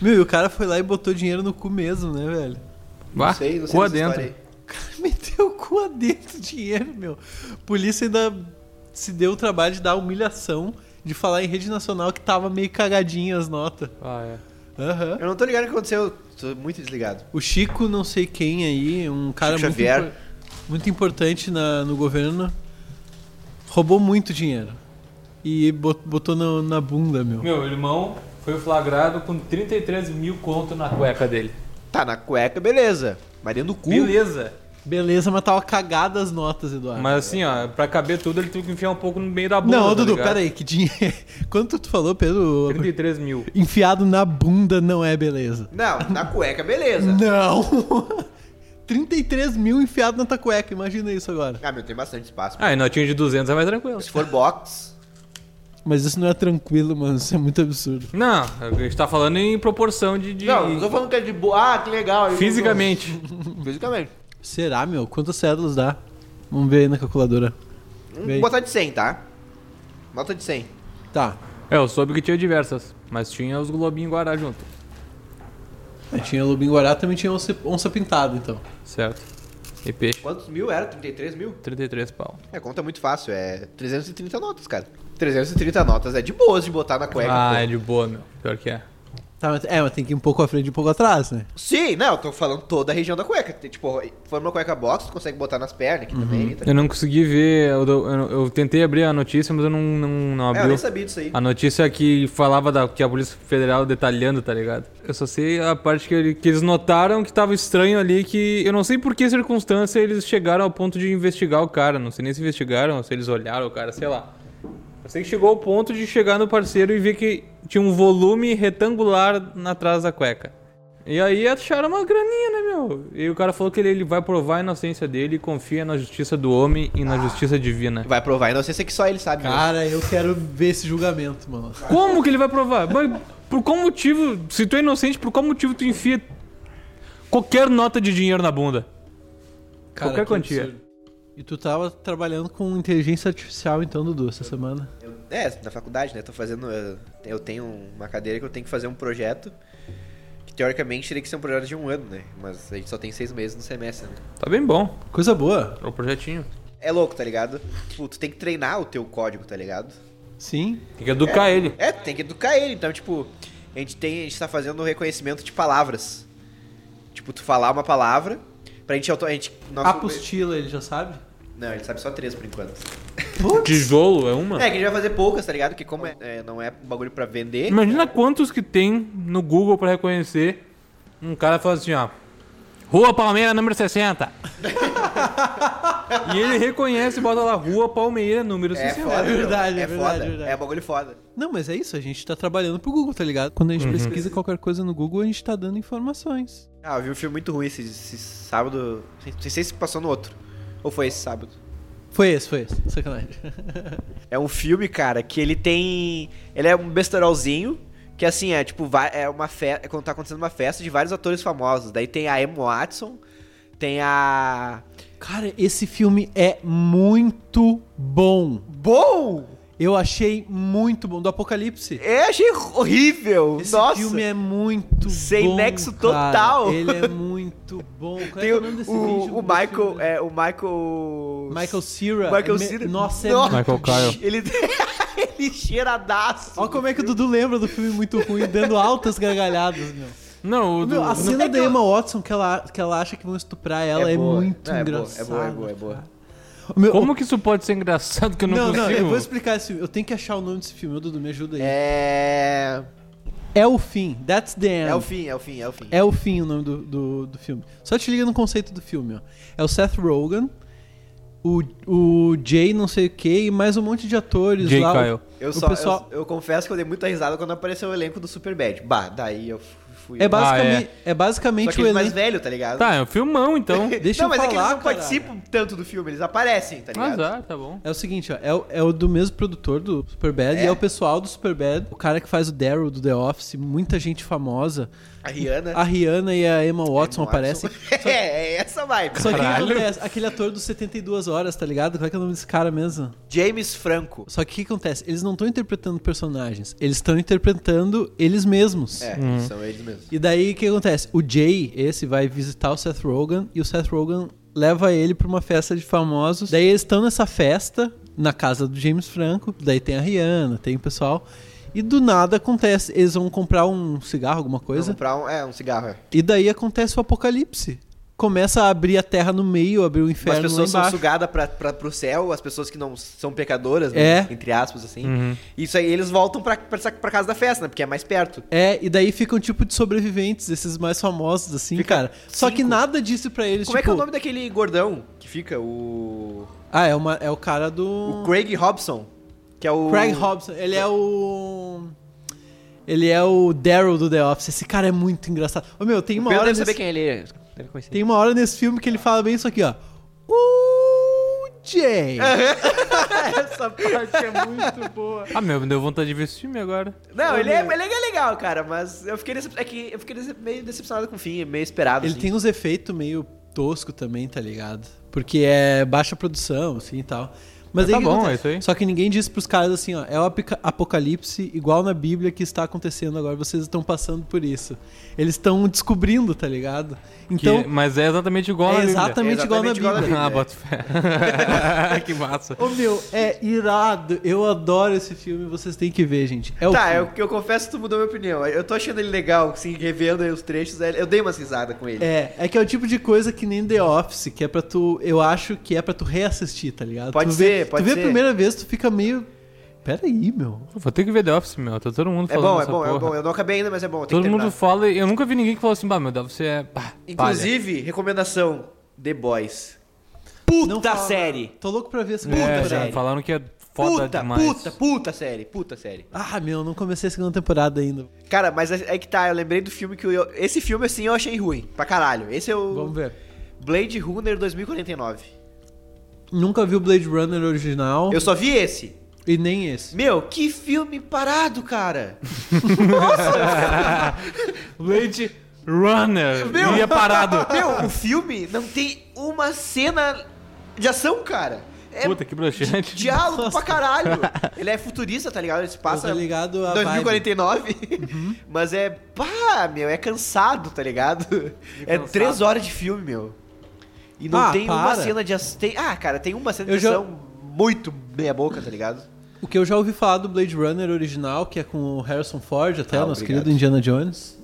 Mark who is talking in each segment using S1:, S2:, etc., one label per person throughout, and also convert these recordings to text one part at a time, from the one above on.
S1: Meu, e o cara foi lá e botou dinheiro no cu mesmo, né, velho?
S2: Vá,
S3: sei, não sei
S2: cu
S3: dessa
S2: adentro.
S3: história aí.
S1: O cara meteu o cu adentro do dinheiro, meu. Polícia ainda se deu o trabalho de dar a humilhação de falar em rede nacional que tava meio cagadinha as notas.
S2: Ah, é.
S1: Aham.
S3: Eu não tô ligado o que aconteceu, eu tô muito desligado.
S1: O Chico, não sei quem aí, um cara
S3: Chico
S1: muito,
S3: Xavier.
S1: impor- muito importante na- no governo, roubou muito dinheiro. E bot- botou no- na bunda, meu.
S4: Meu irmão foi flagrado com 33 mil conto na cueca dele.
S3: Tá na cueca, beleza. Mas dentro do cu.
S4: Beleza.
S1: Beleza, mas tava cagada as notas,
S3: Ah,
S1: Eduardo.
S4: Mas
S3: é.
S4: assim, ó, pra caber tudo, ele teve que enfiar um pouco no meio da bunda.
S1: não,
S4: tá
S1: Dudu,
S4: ligado?
S1: pera aí, que dinheiro. Quanto tu falou, Pedro?
S4: 33 mil.
S1: Enfiado na bunda não é beleza.
S3: Não, na cueca, beleza.
S1: Não! 33 mil enfiado na tua cueca, imagina isso agora.
S3: Ah, meu, tem bastante espaço.
S4: Ah, e notinha de 200 é mais tranquilo.
S3: Se for box,
S1: Mas isso não é tranquilo, mano, isso é muito absurdo.
S4: Não, a gente tá falando em proporção de. de-
S3: Não, não tô falando que é de boa. Ah, que legal. eu-
S4: Fisicamente.
S3: Fisicamente.
S1: Será, meu? Quantas cédulas dá? Vamos ver aí na calculadora. Vem.
S3: Vamos botar Hum, de 100, tá? Nota de 100.
S1: Tá,
S4: É, eu soube que tinha diversas, mas tinha os globinhos guará junto.
S1: Aí tinha lobinho guará, também tinha onça, onça pintada, então.
S4: Certo. E peixe,
S3: Quantos mil era? 33 mil?
S4: 33 pau.
S3: É, conta muito fácil. É 330 notas, cara. 330 notas é de boas de botar na cueca.
S4: ah,
S3: pô.
S4: é de boa, meu. Pior que é.
S1: Tá, mas, é, mas tem que ir um pouco à frente e um pouco atrás, né?
S3: Sim, não, eu tô falando toda a região da cueca. Tem, Tipo, forma uma cueca box, tu consegue botar nas pernas aqui também. Tá?
S4: Eu Uhum. não consegui ver, eu, eu- eu- eu tentei abrir a notícia, mas eu não, não, não
S3: É, eu
S4: abriu.
S3: nem sabia disso aí.
S4: A notícia é que falava da, que a Polícia Federal detalhando, tá ligado? Eu só sei a parte que, ele- que eles notaram que tava estranho ali, que eu não sei por que circunstância eles chegaram ao ponto de investigar o cara. Não sei nem se investigaram, ou se eles olharam o cara, sei lá. Eu sei que chegou ao ponto de chegar no parceiro e ver que tinha um volume retangular na trás da cueca. E aí acharam uma graninha, né, meu? E o cara falou que ele, ele vai provar a inocência dele e confia na justiça do homem e na justiça divina.
S3: Vai provar a inocência que só ele sabe. mesmo.
S1: Cara, eu quero ver esse julgamento, mano.
S4: Como que ele vai provar? Mas por qual motivo, se tu é inocente, por qual motivo tu enfia qualquer nota de dinheiro na bunda?
S1: Cara,
S4: Qualquer
S1: que
S4: quantia.
S1: absurdo. E tu tava trabalhando com inteligência artificial, então, Dudu, essa semana?
S3: Eu- é, na faculdade, né? Tô fazendo. Eu, eu tenho uma cadeira que eu tenho que fazer um projeto. Que teoricamente teria que ser um projeto de um ano, né? Mas a gente só tem seis meses no semestre, né?
S4: Tá bem bom.
S1: Coisa boa.
S4: É o projetinho.
S3: É louco, tá ligado? Tipo, tu tem que treinar o teu código, tá ligado?
S1: Sim.
S4: Tem que educar ele.
S3: É, tu tem que educar ele. Então, tipo, a gente tem. A gente tá fazendo um reconhecimento de palavras. Tipo, tu falar uma palavra. Pra gente. auto- A gente nosso-
S1: Apostila, ele já sabe?
S3: Não, ele sabe só três por enquanto.
S4: Tijolo é uma.
S3: É, que a gente vai fazer poucas, tá ligado? Que como é- é, não é um bagulho pra vender.
S4: Imagina quantos que tem no Google pra reconhecer. Um cara fala assim, ó. Rua Palmeira, número 60. e ele reconhece e bota lá Rua Palmeira, número
S3: É
S4: 60.
S3: foda. meu.
S1: verdade, é
S3: é
S1: verdade,
S3: foda.
S1: é verdade.
S3: É um bagulho foda.
S1: Não, mas é isso, a gente tá trabalhando pro Google, tá ligado? Quando a
S3: Uhum.
S1: gente pesquisa qualquer coisa no Google, a gente tá dando informações.
S3: Ah, eu vi um filme muito ruim esse, esse sábado. Não sei se passou no outro. Ou foi esse sábado?
S1: Foi esse, foi esse. Sacanagem.
S3: É um filme, cara, que ele tem. Ele é um besterolzinho. Que assim, é tipo, vai- é uma festa. Quando tá acontecendo uma festa de vários atores famosos. Daí tem a Emma Watson, tem a.
S1: Cara, esse filme é muito bom.
S3: Bom!
S1: Eu achei muito bom. Do Apocalipse.
S3: Eu achei horrível!
S1: Esse
S3: Nossa!
S1: filme é muito
S3: Sem
S1: bom.
S3: nexo
S1: cara.
S3: total.
S1: Ele é muito bom. Qual é
S3: Tem
S1: que é
S3: o,
S1: o nome desse
S3: o-
S1: vídeo
S3: o
S1: desse
S3: Michael.
S1: filme?
S3: É, o Michael.
S1: Michael Cera.
S3: Michael
S1: É me-
S3: Cera.
S1: Nossa, é.
S3: Nossa.
S4: Michael Kyle.
S3: Ele, ele cheiradaço.
S1: Olha como é que o Dudu lembra do filme muito ruim, dando altas gargalhadas, meu.
S4: Não, o do,
S1: Meu, a cena
S3: é que
S1: da
S3: eu-
S1: Emma Watson, que ela, que ela acha que vão estuprar ela, é,
S3: boa.
S1: muito
S3: Não, é boa,
S1: engraçada.
S3: É boa, é boa, é boa.
S1: Meu,
S4: como que isso pode ser engraçado que eu não,
S1: Não,
S4: consigo?
S1: não, eu vou explicar esse filme. Eu tenho que achar o nome desse filme. Ô, Dudu, me ajuda aí. É,
S3: É.
S1: o fim. That's the end.
S3: É o fim, é o fim, é o fim.
S1: É o fim o nome do, do, do filme. Só te liga no conceito do filme, ó. É o Seth Rogen, o, o Jay não sei o que, e mais um monte de atores
S4: Jay
S1: lá.
S4: Kyle.
S3: Eu,
S1: o
S3: só,
S1: pessoal-
S3: eu, eu confesso que eu dei muita risada quando apareceu o elenco do Superbad. Bah, daí eu fu- fui.
S1: É, basicamente,
S4: Ah,
S1: é.
S3: Só
S1: basicamente
S3: que
S1: o
S3: eles mais
S1: elenco.
S3: velho, tá ligado?
S4: Tá, é um filmão então.
S1: deixa
S3: não,
S1: eu
S3: mas é que eles
S1: falar,
S3: não
S1: caralho.
S3: participam tanto do filme, eles aparecem, tá ligado?
S4: Azar, tá bom.
S1: É o seguinte, ó, é, o- é o do mesmo produtor do Superbad
S3: É?
S1: e é o pessoal do Superbad, o cara que faz o Daryl do The Office, muita gente famosa.
S3: A Rihanna.
S1: é. A Rihanna e a Emma Watson
S3: É. Watson.
S1: aparecem.
S3: é, é essa vibe.
S1: Só que o que
S4: Caralho.
S1: acontece? Aquele ator dos 72 horas, tá ligado? Qual é, que é o nome desse cara mesmo?
S3: James Franco.
S1: Só que o que acontece? Eles não estão interpretando personagens, eles estão interpretando eles mesmos.
S3: É, são eles mesmo.
S1: E daí o que acontece? O Jay, esse, vai visitar o Seth Rogen e o Seth Rogen leva ele pra uma festa de famosos. Daí eles estão nessa festa, na casa do James Franco. Daí tem a Rihanna, tem o pessoal. E do nada acontece, eles vão comprar um cigarro, alguma coisa.
S3: Vamos comprar um, é, um cigarro. é.
S1: E daí acontece o apocalipse. Começa a abrir a terra no meio, abrir o
S3: As
S1: inferno lá
S3: pessoas são
S1: embaixo.
S3: sugadas pra, pra, pro céu, as pessoas que não são pecadoras,
S1: É. Uhum.
S3: né? entre aspas, assim. Isso aí, eles voltam pra, pra, essa- pra casa da festa, né? Porque é mais perto.
S1: É, e daí ficam tipo de sobreviventes, esses mais famosos, assim, cara. Só que
S3: cinco.
S1: nada disso pra eles,
S3: Como é que
S1: tipo-
S3: é o nome daquele gordão que fica? O.
S1: Ah, é, uma, é o cara do...
S3: O Craig Robson. Que é o.
S1: Craig Robson. Ele é o... Ele é o Daryl do The Office. Esse cara é muito engraçado. Ô, meu, tem
S3: O
S1: uma
S3: Pedro
S1: hora...
S3: deve saber
S1: nesse-
S3: quem ele é. Deve conhecer.
S1: Tem uma hora nesse filme que ele fala bem isso aqui, ó. O Jay.
S4: É.
S1: Essa parte é muito boa.
S4: Ah, meu, me deu vontade de ver esse filme agora.
S1: um
S3: Não, ele é, ele é legal, cara, mas eu fiquei, decep- é que eu fiquei decep- meio decepcionado com o fim, meio esperado.
S1: Ele
S3: assim.
S1: tem uns efeitos meio tosco também, tá ligado? Porque é baixa produção, assim e tal. Mas
S4: Mas
S1: aí o
S4: tá
S1: que
S4: bom,
S1: acontece?
S4: é isso aí.
S1: Só que ninguém disse pros caras assim, ó, é o apica- apocalipse igual na Bíblia que está acontecendo agora, vocês estão passando por isso. Eles estão descobrindo, tá ligado?
S4: Que-
S1: Então,
S4: mas é exatamente igual
S1: é
S4: na Bíblia.
S1: exatamente,
S3: É
S1: igual na
S3: exatamente igual na
S1: Bíblia.
S4: Ah, bota fé. que massa.
S1: Ô meu, é irado. Eu adoro esse filme, vocês têm que ver, gente. É o
S3: Tá,
S1: filme.
S3: eu, eu confesso que tu mudou minha opinião. Eu tô achando ele legal, assim, revendo aí os trechos. é- Eu dei umas risadas com ele.
S1: É, é que é o tipo de coisa que nem The Office, que é pra tu. Eu acho que é pra tu reassistir, tá ligado?
S3: Pode
S1: tu vê,
S3: ser, pode
S1: Tu vê
S3: ser.
S1: a primeira vez, tu fica meio. Peraí, meu.
S4: Vou ter que ver The Office, meu. Tá todo mundo
S3: É,
S4: falando
S3: bom, é
S4: essa
S3: bom,
S4: porra.
S3: é bom. Eu não acabei ainda, mas é bom. eu tenho
S4: Todo
S3: que
S4: mundo
S3: terminar.
S4: fala... Eu nunca vi ninguém que falou assim, bah, meu, The Office é... pá, palha."
S3: Inclusive, recomendação: The Boys.
S1: Não
S3: Puta
S1: fala
S3: série!
S1: Tô louco pra ver essa
S3: Puta,
S4: É,
S1: temporada.
S4: já
S3: velho.
S4: falaram que é foda
S3: Puta,
S4: demais.
S3: puta, puta série, puta série.
S1: Ah, meu, não comecei a segunda temporada ainda.
S3: Cara, mas é, é que tá, eu lembrei do filme que eu. Esse filme, assim, eu achei ruim. Pra caralho. Esse é o.
S1: Vamos ver.
S3: Blade Runner 2049.
S1: Nunca vi o Blade Runner original
S3: Eu só vi esse.
S1: e nem esse.
S3: Meu, que filme parado, cara.
S4: Blade Runner.
S3: Meu.
S4: Ia parado.
S3: Meu, o filme não tem uma cena de ação, cara. É
S4: Puta, que broxante.
S3: diálogo pra caralho. Ele é futurista, tá ligado? Ele se passa
S1: Tá ligado a
S3: 2049.
S1: Uhum.
S3: Mas é, pá, meu, é cansado, tá ligado? É
S4: cansado.
S3: três horas de filme, meu. E não
S1: Ah,
S3: tem uma
S1: para.
S3: cena de ação. Tem... Ah, cara, tem uma cena
S1: Eu
S3: de
S1: já-
S3: ação muito meia boca, tá ligado?
S1: O que eu já ouvi falar do Blade Runner original, que é com o Harrison Ford, até,
S3: Ah,
S1: nosso
S3: obrigado.
S1: querido Indiana Jones,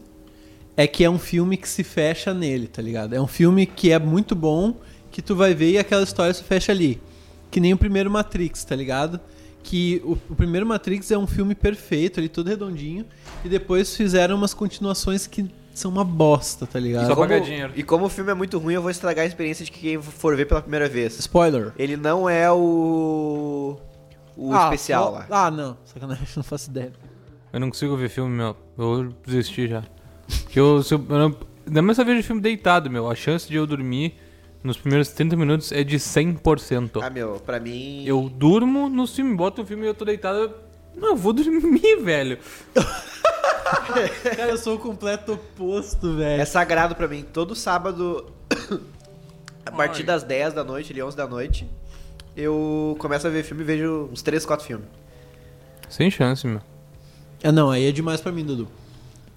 S1: é que é um filme que se fecha nele, tá ligado? É um filme que é muito bom, que tu vai ver e aquela história se fecha ali. Que nem o primeiro Matrix, tá ligado? Que o, o primeiro Matrix é um filme perfeito, ele todo redondinho, e depois fizeram umas continuações que são uma bosta, tá ligado?
S4: Só pra
S3: Como-
S4: pagar dinheiro.
S3: E como o filme é muito ruim, eu vou estragar a experiência de quem for ver pela primeira vez.
S1: Spoiler.
S3: Ele não é o. O
S1: Ah,
S3: especial
S1: ó-
S3: lá.
S1: Ah, não. Sacanagem, não faço ideia.
S4: Eu não consigo ver filme, meu. Eu desisti já. Porque eu, se eu, eu não, ainda mais se eu vejo filme deitado, meu. A chance de eu dormir nos primeiros 30 minutos é de 100%.
S3: Ah, meu, pra mim.
S4: Eu durmo nos filmes, boto um filme e eu tô deitado. eu- Não, eu vou dormir, velho.
S1: Cara, eu sou o completo oposto, velho.
S3: É sagrado pra mim. Todo sábado, a partir
S4: Ai.
S3: das 10 da noite, ali 11 da noite, eu começo a ver filme e vejo uns 3, 4 filmes.
S4: Sem chance, meu.
S1: Ah, não, aí é demais pra mim, Dudu.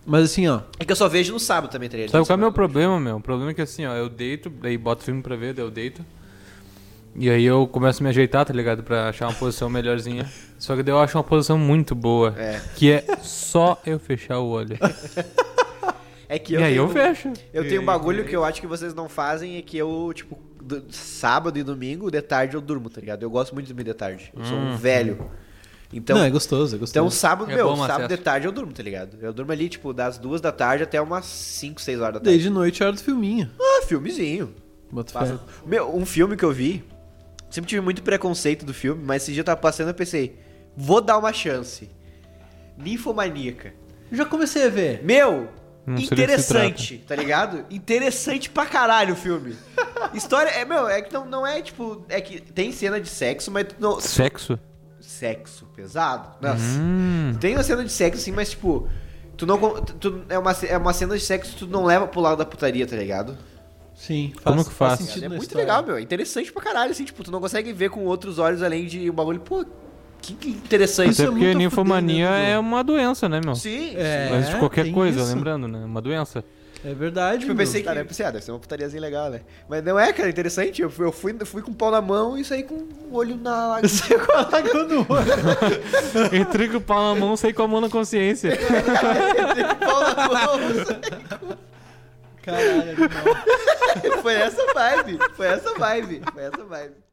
S1: Mas assim, ó.
S3: É que eu só vejo no sábado também, tá trailer.
S4: Sabe qual é o meu problema, meu? O problema é que assim, ó, eu deito, daí boto filme pra ver, daí eu deito. E aí eu começo a me ajeitar, tá ligado? Pra achar uma posição melhorzinha. Só que daí eu acho uma posição muito boa.
S3: É.
S4: Que é só eu fechar o olho.
S3: É que
S4: E
S3: eu
S4: aí
S3: tenho,
S4: eu fecho.
S3: Eu tenho um bagulho que eu acho que vocês não fazem, é que eu, tipo, do- sábado e domingo, de tarde eu durmo, tá ligado? Eu gosto muito de dormir de tarde. Eu sou um velho. Então,
S1: não, é gostoso, é
S3: então
S1: gostoso.
S3: sábado,
S4: Hum. É
S3: meu,
S4: bom o
S3: sábado
S4: acesso.
S3: de tarde eu durmo, tá ligado? Eu durmo ali, tipo, das duas da tarde até umas 5, 6 horas da tarde.
S1: Desde noite é hora do filminho.
S3: Ah, filmezinho.
S1: Bota fé.
S3: Passa- Meu, um filme que eu vi, sempre tive muito preconceito do filme, mas esse dia eu tava passando e eu pensei, vou dar uma chance. Ninfomaníaca.
S1: Eu Já comecei a ver.
S3: Meu,
S4: Não sei do que se
S3: interessante, tá ligado? Interessante pra caralho o filme. História, é, meu, é que não, não é tipo, é que tem cena de sexo, mas tu não,
S4: Sexo?
S3: sexo pesado. Nossa.
S4: Hum.
S3: Tem uma cena de sexo assim, mas tipo, tu não con- tu- tu- é uma ce- é uma cena de sexo que tu não leva pro lado da putaria, tá ligado?
S1: Sim, faz,
S4: Como que faz?
S1: sentido
S3: É
S1: na
S3: muito
S1: história.
S3: legal, meu. É interessante pra caralho, assim, tipo, tu não consegue ver com outros olhos além de um bagulho, pô, Que, que interessante.
S1: Isso
S4: Até
S1: é
S4: porque
S1: muito a
S4: ninfomania
S1: fuder, né,
S4: é uma doença, né, meu?
S3: Sim,
S1: É,
S4: Antes de qualquer
S1: tem
S4: coisa,
S1: isso.
S4: lembrando, né? Uma doença.
S1: É verdade.
S3: Tipo, eu
S1: meu.
S3: pensei que. Cara, eu pensei, ah, deve ser uma putariazinha legal, né? Mas não é, cara, interessante. Eu fui, eu fui, fui com o pau na mão e saí com o olho na.
S1: Caraca, no olho.
S4: Entrei com o pau na mão, saí com a mão na consciência.
S3: pau na mão.
S1: Caralho, animal.
S3: Foi essa vibe. Foi essa vibe. Foi essa vibe.